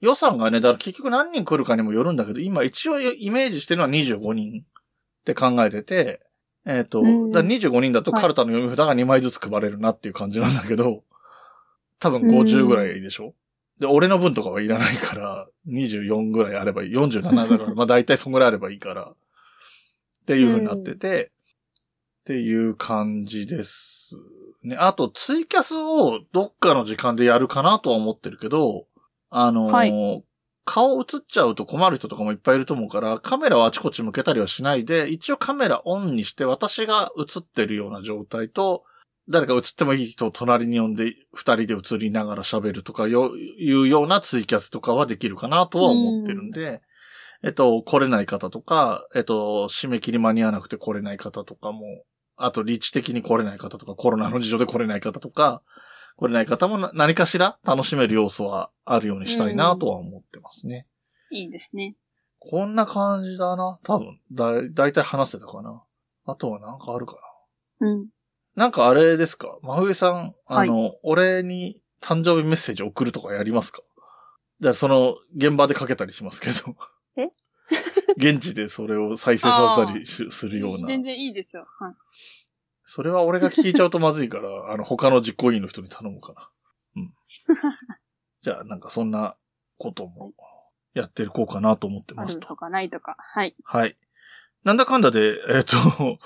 Speaker 1: 予算がね、だから結局何人来るかにもよるんだけど、今一応イメージしてるのは25人って考えてて、えっ、と、
Speaker 2: うん
Speaker 1: だから25人だと
Speaker 2: はい
Speaker 1: カルタの読み札が2枚ずつ配れるなっていう感じなんだけど、多分50ぐらいでしょ、で、俺の分とかはいらないから、24ぐらいあればいい。47 だから、まあ大体そんぐらいあればいいから、っていう風になってて、っていう感じです。ね。あと、ツイキャスをどっかの時間でやるかなとは思ってるけど、あのー
Speaker 2: は
Speaker 1: 顔映っちゃうと困る人とかもいっぱいいると思うから、カメラをあちこち向けたりはしないで、一応カメラオンにして私が映ってるような状態と、誰か映ってもいい人を隣に呼んで、二人で映りながら喋るとかよ、いうようなツイキャスとかはできるかなとは思ってるんで、えっと、来れない方とか、えっと、締め切り間に合わなくて来れない方とかも、あと、立地的に来れない方とか、コロナの事情で来れない方とか、来れない方もな何かしら楽しめる要素はあるようにしたいなとは思ってますね。
Speaker 2: いいですね。
Speaker 1: こんな感じだな。多分、だ、だいたい話せたかな。あとはなんかあるか
Speaker 2: うん。
Speaker 1: な。なんかあれですか真冬さん、あ
Speaker 3: はい
Speaker 1: の、俺に誕生日メッセージ送るとかやりますかだからその、現場でかけたりしますけど。
Speaker 2: え
Speaker 1: 現地でそれを再生させたりしするような。
Speaker 2: 全然いいですよ。はい。
Speaker 1: それは俺が聞いちゃうとまずい から、あの、他の実行委員の人に頼むかな。うん。じゃあ、なんかそんなこともやっていこうかなと思って
Speaker 2: あ
Speaker 1: ます
Speaker 2: る
Speaker 1: と。
Speaker 2: とかないとか。はい。
Speaker 1: はい。なんだかんだで、えっ、と、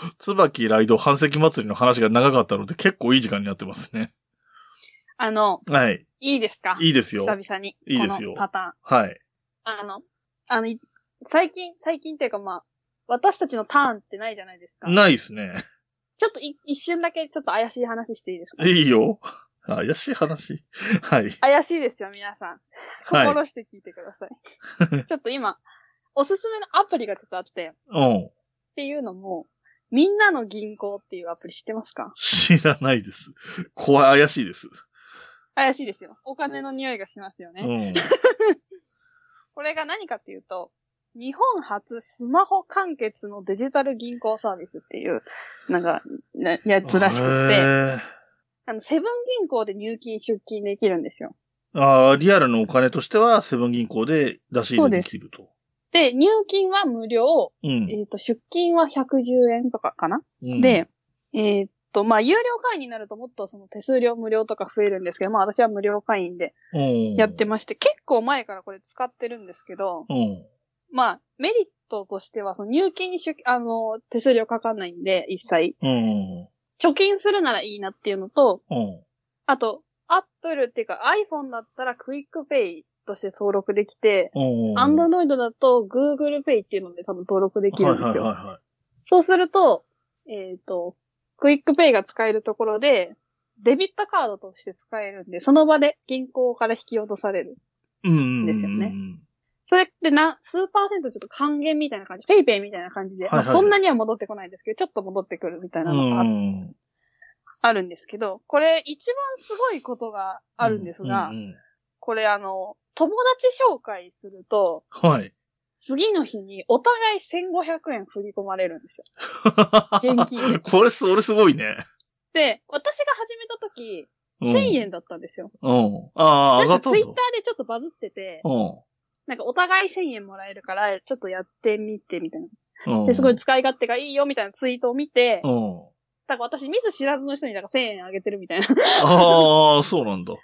Speaker 1: 椿ライド半石祭りの話が長かったので、結構いい時間になってますね。
Speaker 2: あの、
Speaker 1: はい。
Speaker 2: いいですか
Speaker 1: いいですよ。
Speaker 2: 久々に。
Speaker 1: いいですよ
Speaker 2: このパタ
Speaker 1: はい。
Speaker 2: ーン。あの、あの、い最近、最近っていうかまあ、私たちのターンってないじゃないですか。
Speaker 1: ないですね。
Speaker 2: ちょっとい一瞬だけちょっと怪しい話していいですか
Speaker 1: いいよ。怪しい話。はい。
Speaker 2: 怪しいですよ、皆さん。
Speaker 1: はい
Speaker 2: 心して聞いてください。 ちょっと今、おすすめのアプリがちょっとあって、っ
Speaker 1: うん。
Speaker 2: ていうのも、みんなの銀行っていうアプリ知ってますか
Speaker 1: 知らないです。怖い、怪しいです。
Speaker 2: 怪しいですよ。お金の匂いがしますよね。
Speaker 1: うん。
Speaker 2: これが何かっていうと、日本初スマホ完結のデジタル銀行サービスっていう、なんか、ねや つらしく
Speaker 1: へ
Speaker 2: て、
Speaker 1: ー
Speaker 2: あの、セブン銀行で入金出金できるんですよ。
Speaker 1: ああ、リアルのお金としては、セブン銀行で出し入れできると。
Speaker 2: で、入金は無料、
Speaker 1: うん。
Speaker 2: えっ、と、出金は110円とかかな、
Speaker 1: うん、
Speaker 2: で、えーっと、まあ、有料会員になるともっとその手数料無料とか増えるんですけど、まあ、私は無料会員でやって
Speaker 1: も。
Speaker 2: まして、結構前からこれ使ってるんですけど、
Speaker 1: うん。
Speaker 2: まあ、メリットとしては、その入金に出、あの、手数料かかんないんで、一切。
Speaker 1: うん。
Speaker 2: 貯金するならいいなっていうのと、
Speaker 1: うん。
Speaker 2: あと、アップルっていうか iPhone だったらクイックペイとして登録できて、
Speaker 1: うん。
Speaker 2: Android だと Google Pay っていうので多分登録できるんですよ。
Speaker 1: はいはいは
Speaker 2: そうすると、えっ、と、クイックペイが使えるところで、デビットカードとして使えるんで、その場で銀行から引き落とされる。
Speaker 1: い。うんうんうんうん。
Speaker 2: ですよねそれってな、数パーセントちょっと還元みたいな感じ、ペイペイみたいな感じで、
Speaker 1: はいはい
Speaker 2: まあそんなには戻ってこないんですけど、ちょっと戻ってくるみたいなのがあ
Speaker 1: うん。
Speaker 2: あるんですけど、これ一番すごいことがあるんですが、
Speaker 1: うんうん
Speaker 2: これあの、友達紹介すると、
Speaker 1: はい。
Speaker 2: 次の日にお互い1500円振り込まれるんですよ。現金
Speaker 1: これす、俺すごいね。
Speaker 2: で、私が始めた時、
Speaker 1: うん
Speaker 2: 1000円だったんですよ。
Speaker 1: うん。ああ、
Speaker 2: な
Speaker 1: 上
Speaker 2: んか
Speaker 1: がっと
Speaker 2: ツイ
Speaker 1: る
Speaker 2: ッターでちょっとバズってて、
Speaker 1: う
Speaker 2: なんかお互い1000円もらえるから、ちょっとやってみてみたい
Speaker 1: ん。う
Speaker 2: な。
Speaker 1: ん。
Speaker 2: で、すごい使い勝手がいいよみたいなツイートを見て
Speaker 1: う、ん。
Speaker 2: だから私見ず知らずの人になんか1000円あげてるみたいな
Speaker 1: ああ、そうなんだ。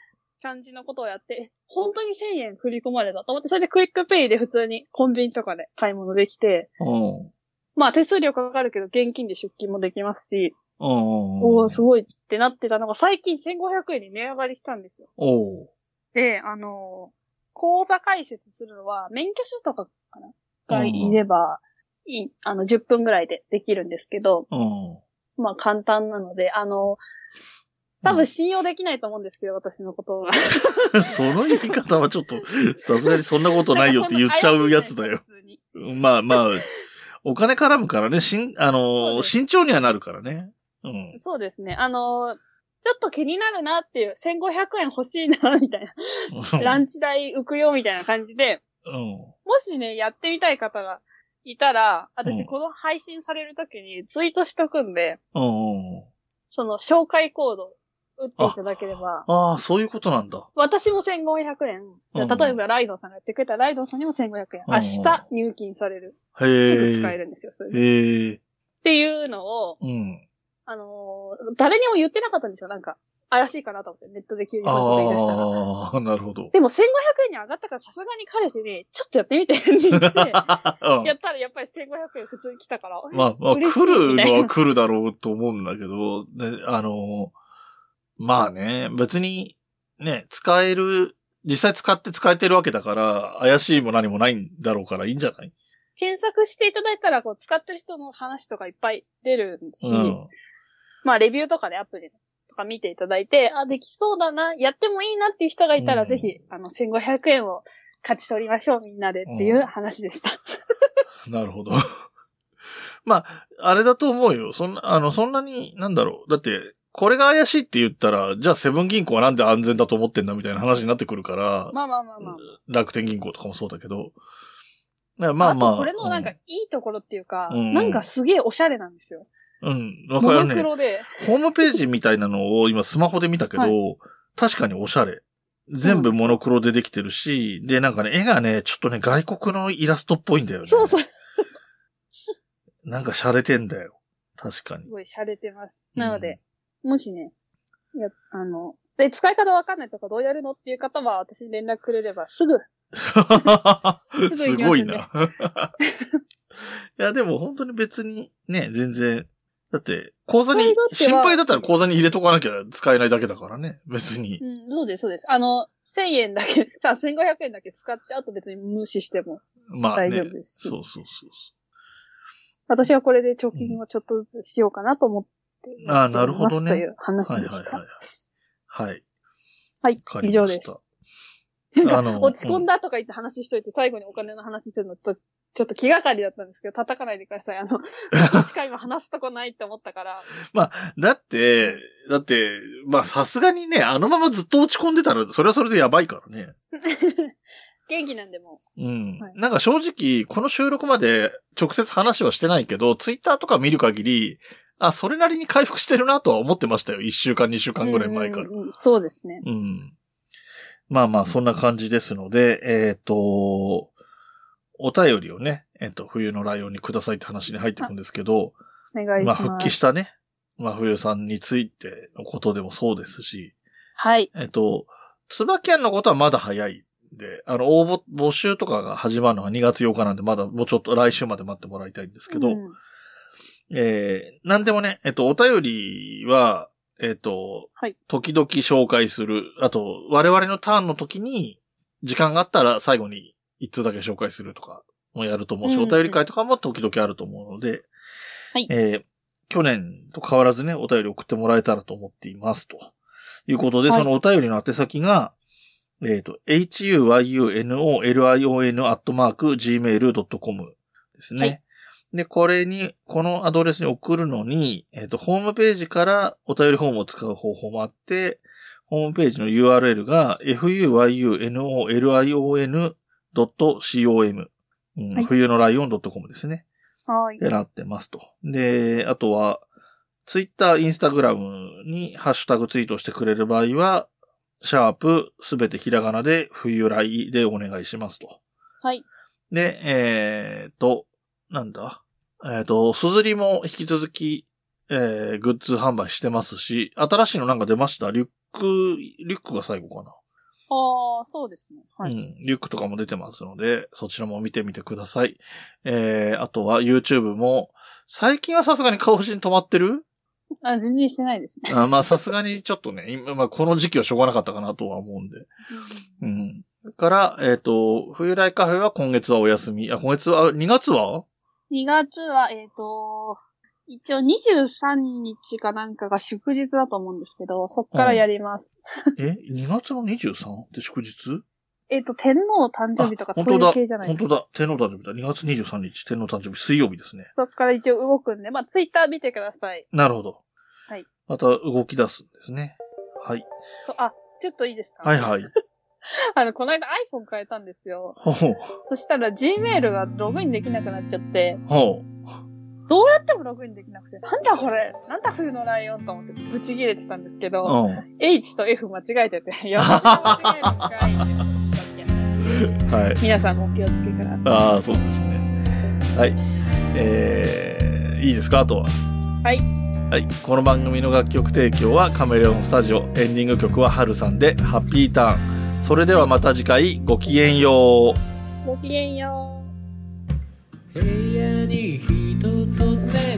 Speaker 2: 感じのことをやって、え本当に1000円振り込まれたと思って、それでクイックペイで普通にコンビニとかで買い物できて、
Speaker 1: うん。
Speaker 2: まあ手数料かかるけど現金で出勤もできますし、
Speaker 1: うん。
Speaker 2: おおす
Speaker 1: ごい。
Speaker 2: ごいってなってたのが最近1500円に値上がりしたんですよ。
Speaker 1: おう
Speaker 2: で、あのー、口座開設するのは免許証とかかながいれば、いい、あの、10分ぐらいでできるんですけど、
Speaker 1: うん。
Speaker 2: まあ簡単なので、あのー、多分信用できないと思うんですけど、私のことは。
Speaker 1: その言い方はちょっと、さすがにそんなことないよって言っちゃうやつだよ。
Speaker 2: 普通に。
Speaker 1: まあまあ、お金絡むからね、しん、
Speaker 2: そ
Speaker 1: あ
Speaker 2: う
Speaker 1: のー、
Speaker 2: です
Speaker 1: 慎重にはなるからね。うん。
Speaker 2: そうですね。あのーちょっと気になるなっていう、1500円欲しいな、みたいな。ランチ代浮くよ、みたいな感じで、
Speaker 1: うん。
Speaker 2: もしね、やってみたい方がいたら、
Speaker 1: う
Speaker 2: 私
Speaker 1: ん
Speaker 2: この配信される時にツイートしとくんで、
Speaker 1: うんうん。
Speaker 2: その紹介コード打っていただければ、
Speaker 1: ああ、そういうことなんだ。
Speaker 2: 私も1500円。じゃ
Speaker 1: うん
Speaker 2: あ例えばライドンさんがやってくれたら、ライドンさんにも1500円。
Speaker 1: うん
Speaker 2: 明日入金される。す
Speaker 1: へ
Speaker 2: ぐ使え
Speaker 1: え。
Speaker 2: るんですよ、それでっ
Speaker 1: へえ。
Speaker 2: ていうのを、
Speaker 1: うん。
Speaker 2: あのー誰にも言ってなかったんですよ、なんか。怪しいかなと思って、ネットで急にそういうこと言い出したら。
Speaker 1: ああ、なるほど。
Speaker 2: でも1500円に上がったからさすがに彼氏に、ちょっとやって みてって言って、
Speaker 1: うん
Speaker 2: やったらやっぱり1500円普通に来たから、
Speaker 1: まあ、まあ、
Speaker 2: 嬉しい
Speaker 1: 来る
Speaker 2: みたいな
Speaker 1: のは来るだろうと思うんだけど、ね、あの、まあね、別に、ね、使える、実際使って使えてるわけだから、怪しいも何もないんだろうからいいんじゃない
Speaker 2: 検索していただいたら、こう、使ってる人の話とかいっぱい出るし、
Speaker 1: うん。
Speaker 2: まあ、レビューとかでアプリとか見ていただいて、あ、できそうだな、やってもいいなっていう人がいたら、
Speaker 1: うん
Speaker 2: ぜひ、あの、1500円を勝ち取りましょう、みんなでっていう話でした。
Speaker 1: なるほど。 まあ、あれだと思うよ。そんな、あの、そんなに、なんだろう。だって、これが怪しいって言ったら、じゃあセブン銀行はなんで安全だと思ってんだみたいな話になってくるから、
Speaker 2: まあまあまあまあ。
Speaker 1: 楽天銀行とかもそうだけど。ねま
Speaker 2: ま
Speaker 1: あ
Speaker 2: あ
Speaker 1: まあ。
Speaker 2: とこれのなんか、いいところっていうか、
Speaker 1: うん
Speaker 2: なんかすげえおしゃれなんですよ。
Speaker 1: うん、うん、わか
Speaker 2: モ
Speaker 1: る
Speaker 2: ノク
Speaker 1: ね。
Speaker 2: ロで。
Speaker 1: ホームページみたいなのを今スマホで見たけど、
Speaker 2: は
Speaker 1: 確かにおしゃれ。全部モノクロでできてるし、で、なんかね、絵がね、ちょっとね、外国のイラストっぽいんだよね。
Speaker 2: そうそう。
Speaker 1: なんか洒落てんだよ。確かに
Speaker 2: す。ごい洒落てます。なので、もしね、や、あの、で、使い方わかんないとかどうやるのっていう方は、私に連絡くれればすぐ、すぐ
Speaker 1: す
Speaker 2: 行きますね
Speaker 1: ごいな。 いや、でも本当に別にね、全然。だって、口座に、
Speaker 2: 使い勝手
Speaker 1: 心
Speaker 2: は
Speaker 1: 配だったら口座に入れとかなきゃ使えないだけだからね。別に
Speaker 2: う。ん、そうです、そうです。あの、1000円だけ、 さ、1500円だけ使っちゃうと別に無視しても
Speaker 1: まあ
Speaker 2: 大丈
Speaker 1: ね
Speaker 2: 夫。です。
Speaker 1: そうそうそうそ
Speaker 2: 私はこれで貯金をちょっとずつしようかなと思って、
Speaker 1: うんあーなるほどね
Speaker 2: という話
Speaker 1: う。はい
Speaker 2: で
Speaker 1: は
Speaker 2: し
Speaker 1: い
Speaker 2: た。
Speaker 1: はい
Speaker 2: は
Speaker 1: はい。はい。
Speaker 2: い、
Speaker 1: わかり
Speaker 2: 以上
Speaker 1: ま
Speaker 2: で
Speaker 1: し
Speaker 2: す
Speaker 1: た。。
Speaker 2: な
Speaker 1: あ
Speaker 2: んか
Speaker 1: の
Speaker 2: 落ち込んだとか言って話しといて、最後にお金の話するのと、ちょっと気がかりだったんですけど、叩かないでください。あ の、確か今話すとこないって思ったから。
Speaker 1: だって、だって、まあさすがにね、あのままずっと落ち込んでたら、それはそれでやばいからね。
Speaker 2: 元気なんでも
Speaker 1: うん。
Speaker 2: はい
Speaker 1: なんか正直、この収録まで直接話はしてないけど、ツイッターとか見る限り、あ、それなりに回復してるなとは思ってましたよ。一週間、二週
Speaker 2: う。
Speaker 1: 間ぐらい前か
Speaker 2: う
Speaker 1: ら。
Speaker 2: んうんうんそうですね。
Speaker 1: うん。まあまあ、そんな感じですので、えっ、と、お便りをね、えっ、と、冬のライオンにくださいって話に入っていくんですけど、
Speaker 2: お願いし
Speaker 1: ま
Speaker 2: ま
Speaker 1: あ、
Speaker 2: す。
Speaker 1: 復帰したね、まあ、冬さんについてのことでもそうですし、
Speaker 2: はい。
Speaker 1: えっ、と、つばきやんのことはまだ早いんで、あの、応募、募集とかが始まるのが2月8日なんで、まだもうちょっと来週まで待ってもらいたいんですけど、
Speaker 2: うん
Speaker 1: えー、なんでもね、えっと、お便りは、えっと、
Speaker 2: はい
Speaker 1: 時々紹介する。あと、我々のターンの時に、時間があったら最後に一通だけ紹介するとかもやると思うし、
Speaker 2: うんうん
Speaker 1: お便り会とかも時々あると思うので、
Speaker 2: はい
Speaker 1: えー去年と変わらずね、お便り送ってもらえたらと思っていますと。いうことで、
Speaker 2: はい
Speaker 1: そのお便りの宛先が、えっ、と、huyunolion.gmail.com ですね。
Speaker 2: はい
Speaker 1: で、これに、このアドレスに送るのに、えっ、と、ホームページからお便りフォームを使う方法もあって、ホームページの URL が fuyunolion.com、うん
Speaker 2: はい
Speaker 1: 冬のライオン .com ですね。
Speaker 2: はい
Speaker 1: っ。てなってますと。で、あとは、ツイッター、インスタグラムにハッシュタグツイートしてくれる場合は、シャープ、すべてひらがなで、冬来でお願いしますと。
Speaker 2: はい。
Speaker 1: で、えー、と、なんだ。えー、と、すずりも引き続き、えー、グッズ販売してますし、新しいのなんか出ましたリュック、リュックが最後かな。
Speaker 2: ああ、そうですね。はい。
Speaker 1: うん。リュックとかも出てますので、そちらも見てみてください。えー、あとは YouTube も、最近はさすがに顔しに止まってる
Speaker 2: あ、全然してないです ね。
Speaker 1: あまあさすがにちょっとね、今、まあこの時期はしょうがなかったかなとは思うんで。うん。だから、えっ、と、冬来カフェは今月はお休み。あ、今月は、2月は
Speaker 2: 2月は、えっ、と、一応23日かなんかが祝日だと思うんですけど、そっからやります。
Speaker 1: え ?2 月の 23? って祝日
Speaker 2: えっ、と、天皇誕生日とか
Speaker 1: あ
Speaker 2: そういう系じゃないで
Speaker 1: 本
Speaker 2: す
Speaker 1: 当
Speaker 2: か。
Speaker 1: だ。天皇誕生日だ。2月23日、天皇誕生日、水曜日ですね。
Speaker 2: そっから一応動くんで、まあ、ツイッター見てください。
Speaker 1: なるほど。
Speaker 2: はい。
Speaker 1: また動き出すんですね。はい。
Speaker 2: とあ、ちょっといいですか
Speaker 1: はい
Speaker 2: い。
Speaker 1: はい。
Speaker 2: あの、この間 iPhone 変えたんですよ。
Speaker 1: ほうほう。
Speaker 2: そしたら Gmail がログインできなくなっちゃって、
Speaker 1: ほ
Speaker 2: どうやってもログインできなくて、なんだこれなんだ冬のライオンと思ってブチ切れてたんですけど、
Speaker 1: う。うん。
Speaker 2: H と F 間違えてて、いや、私が間違 えるのかいって思ったわけ
Speaker 1: はい。
Speaker 2: 皆さんもお気をつけください。
Speaker 1: ああ、そうですね。はい。えー、いいですかあとは。
Speaker 2: はい。
Speaker 1: はい。この番組の楽曲提供はカメレオンスタジオ。エンディング曲はハルさんで、ハッピーターン。それではまた次回、ごきげんよう。
Speaker 2: ごきげんよう。
Speaker 4: 部屋に人と出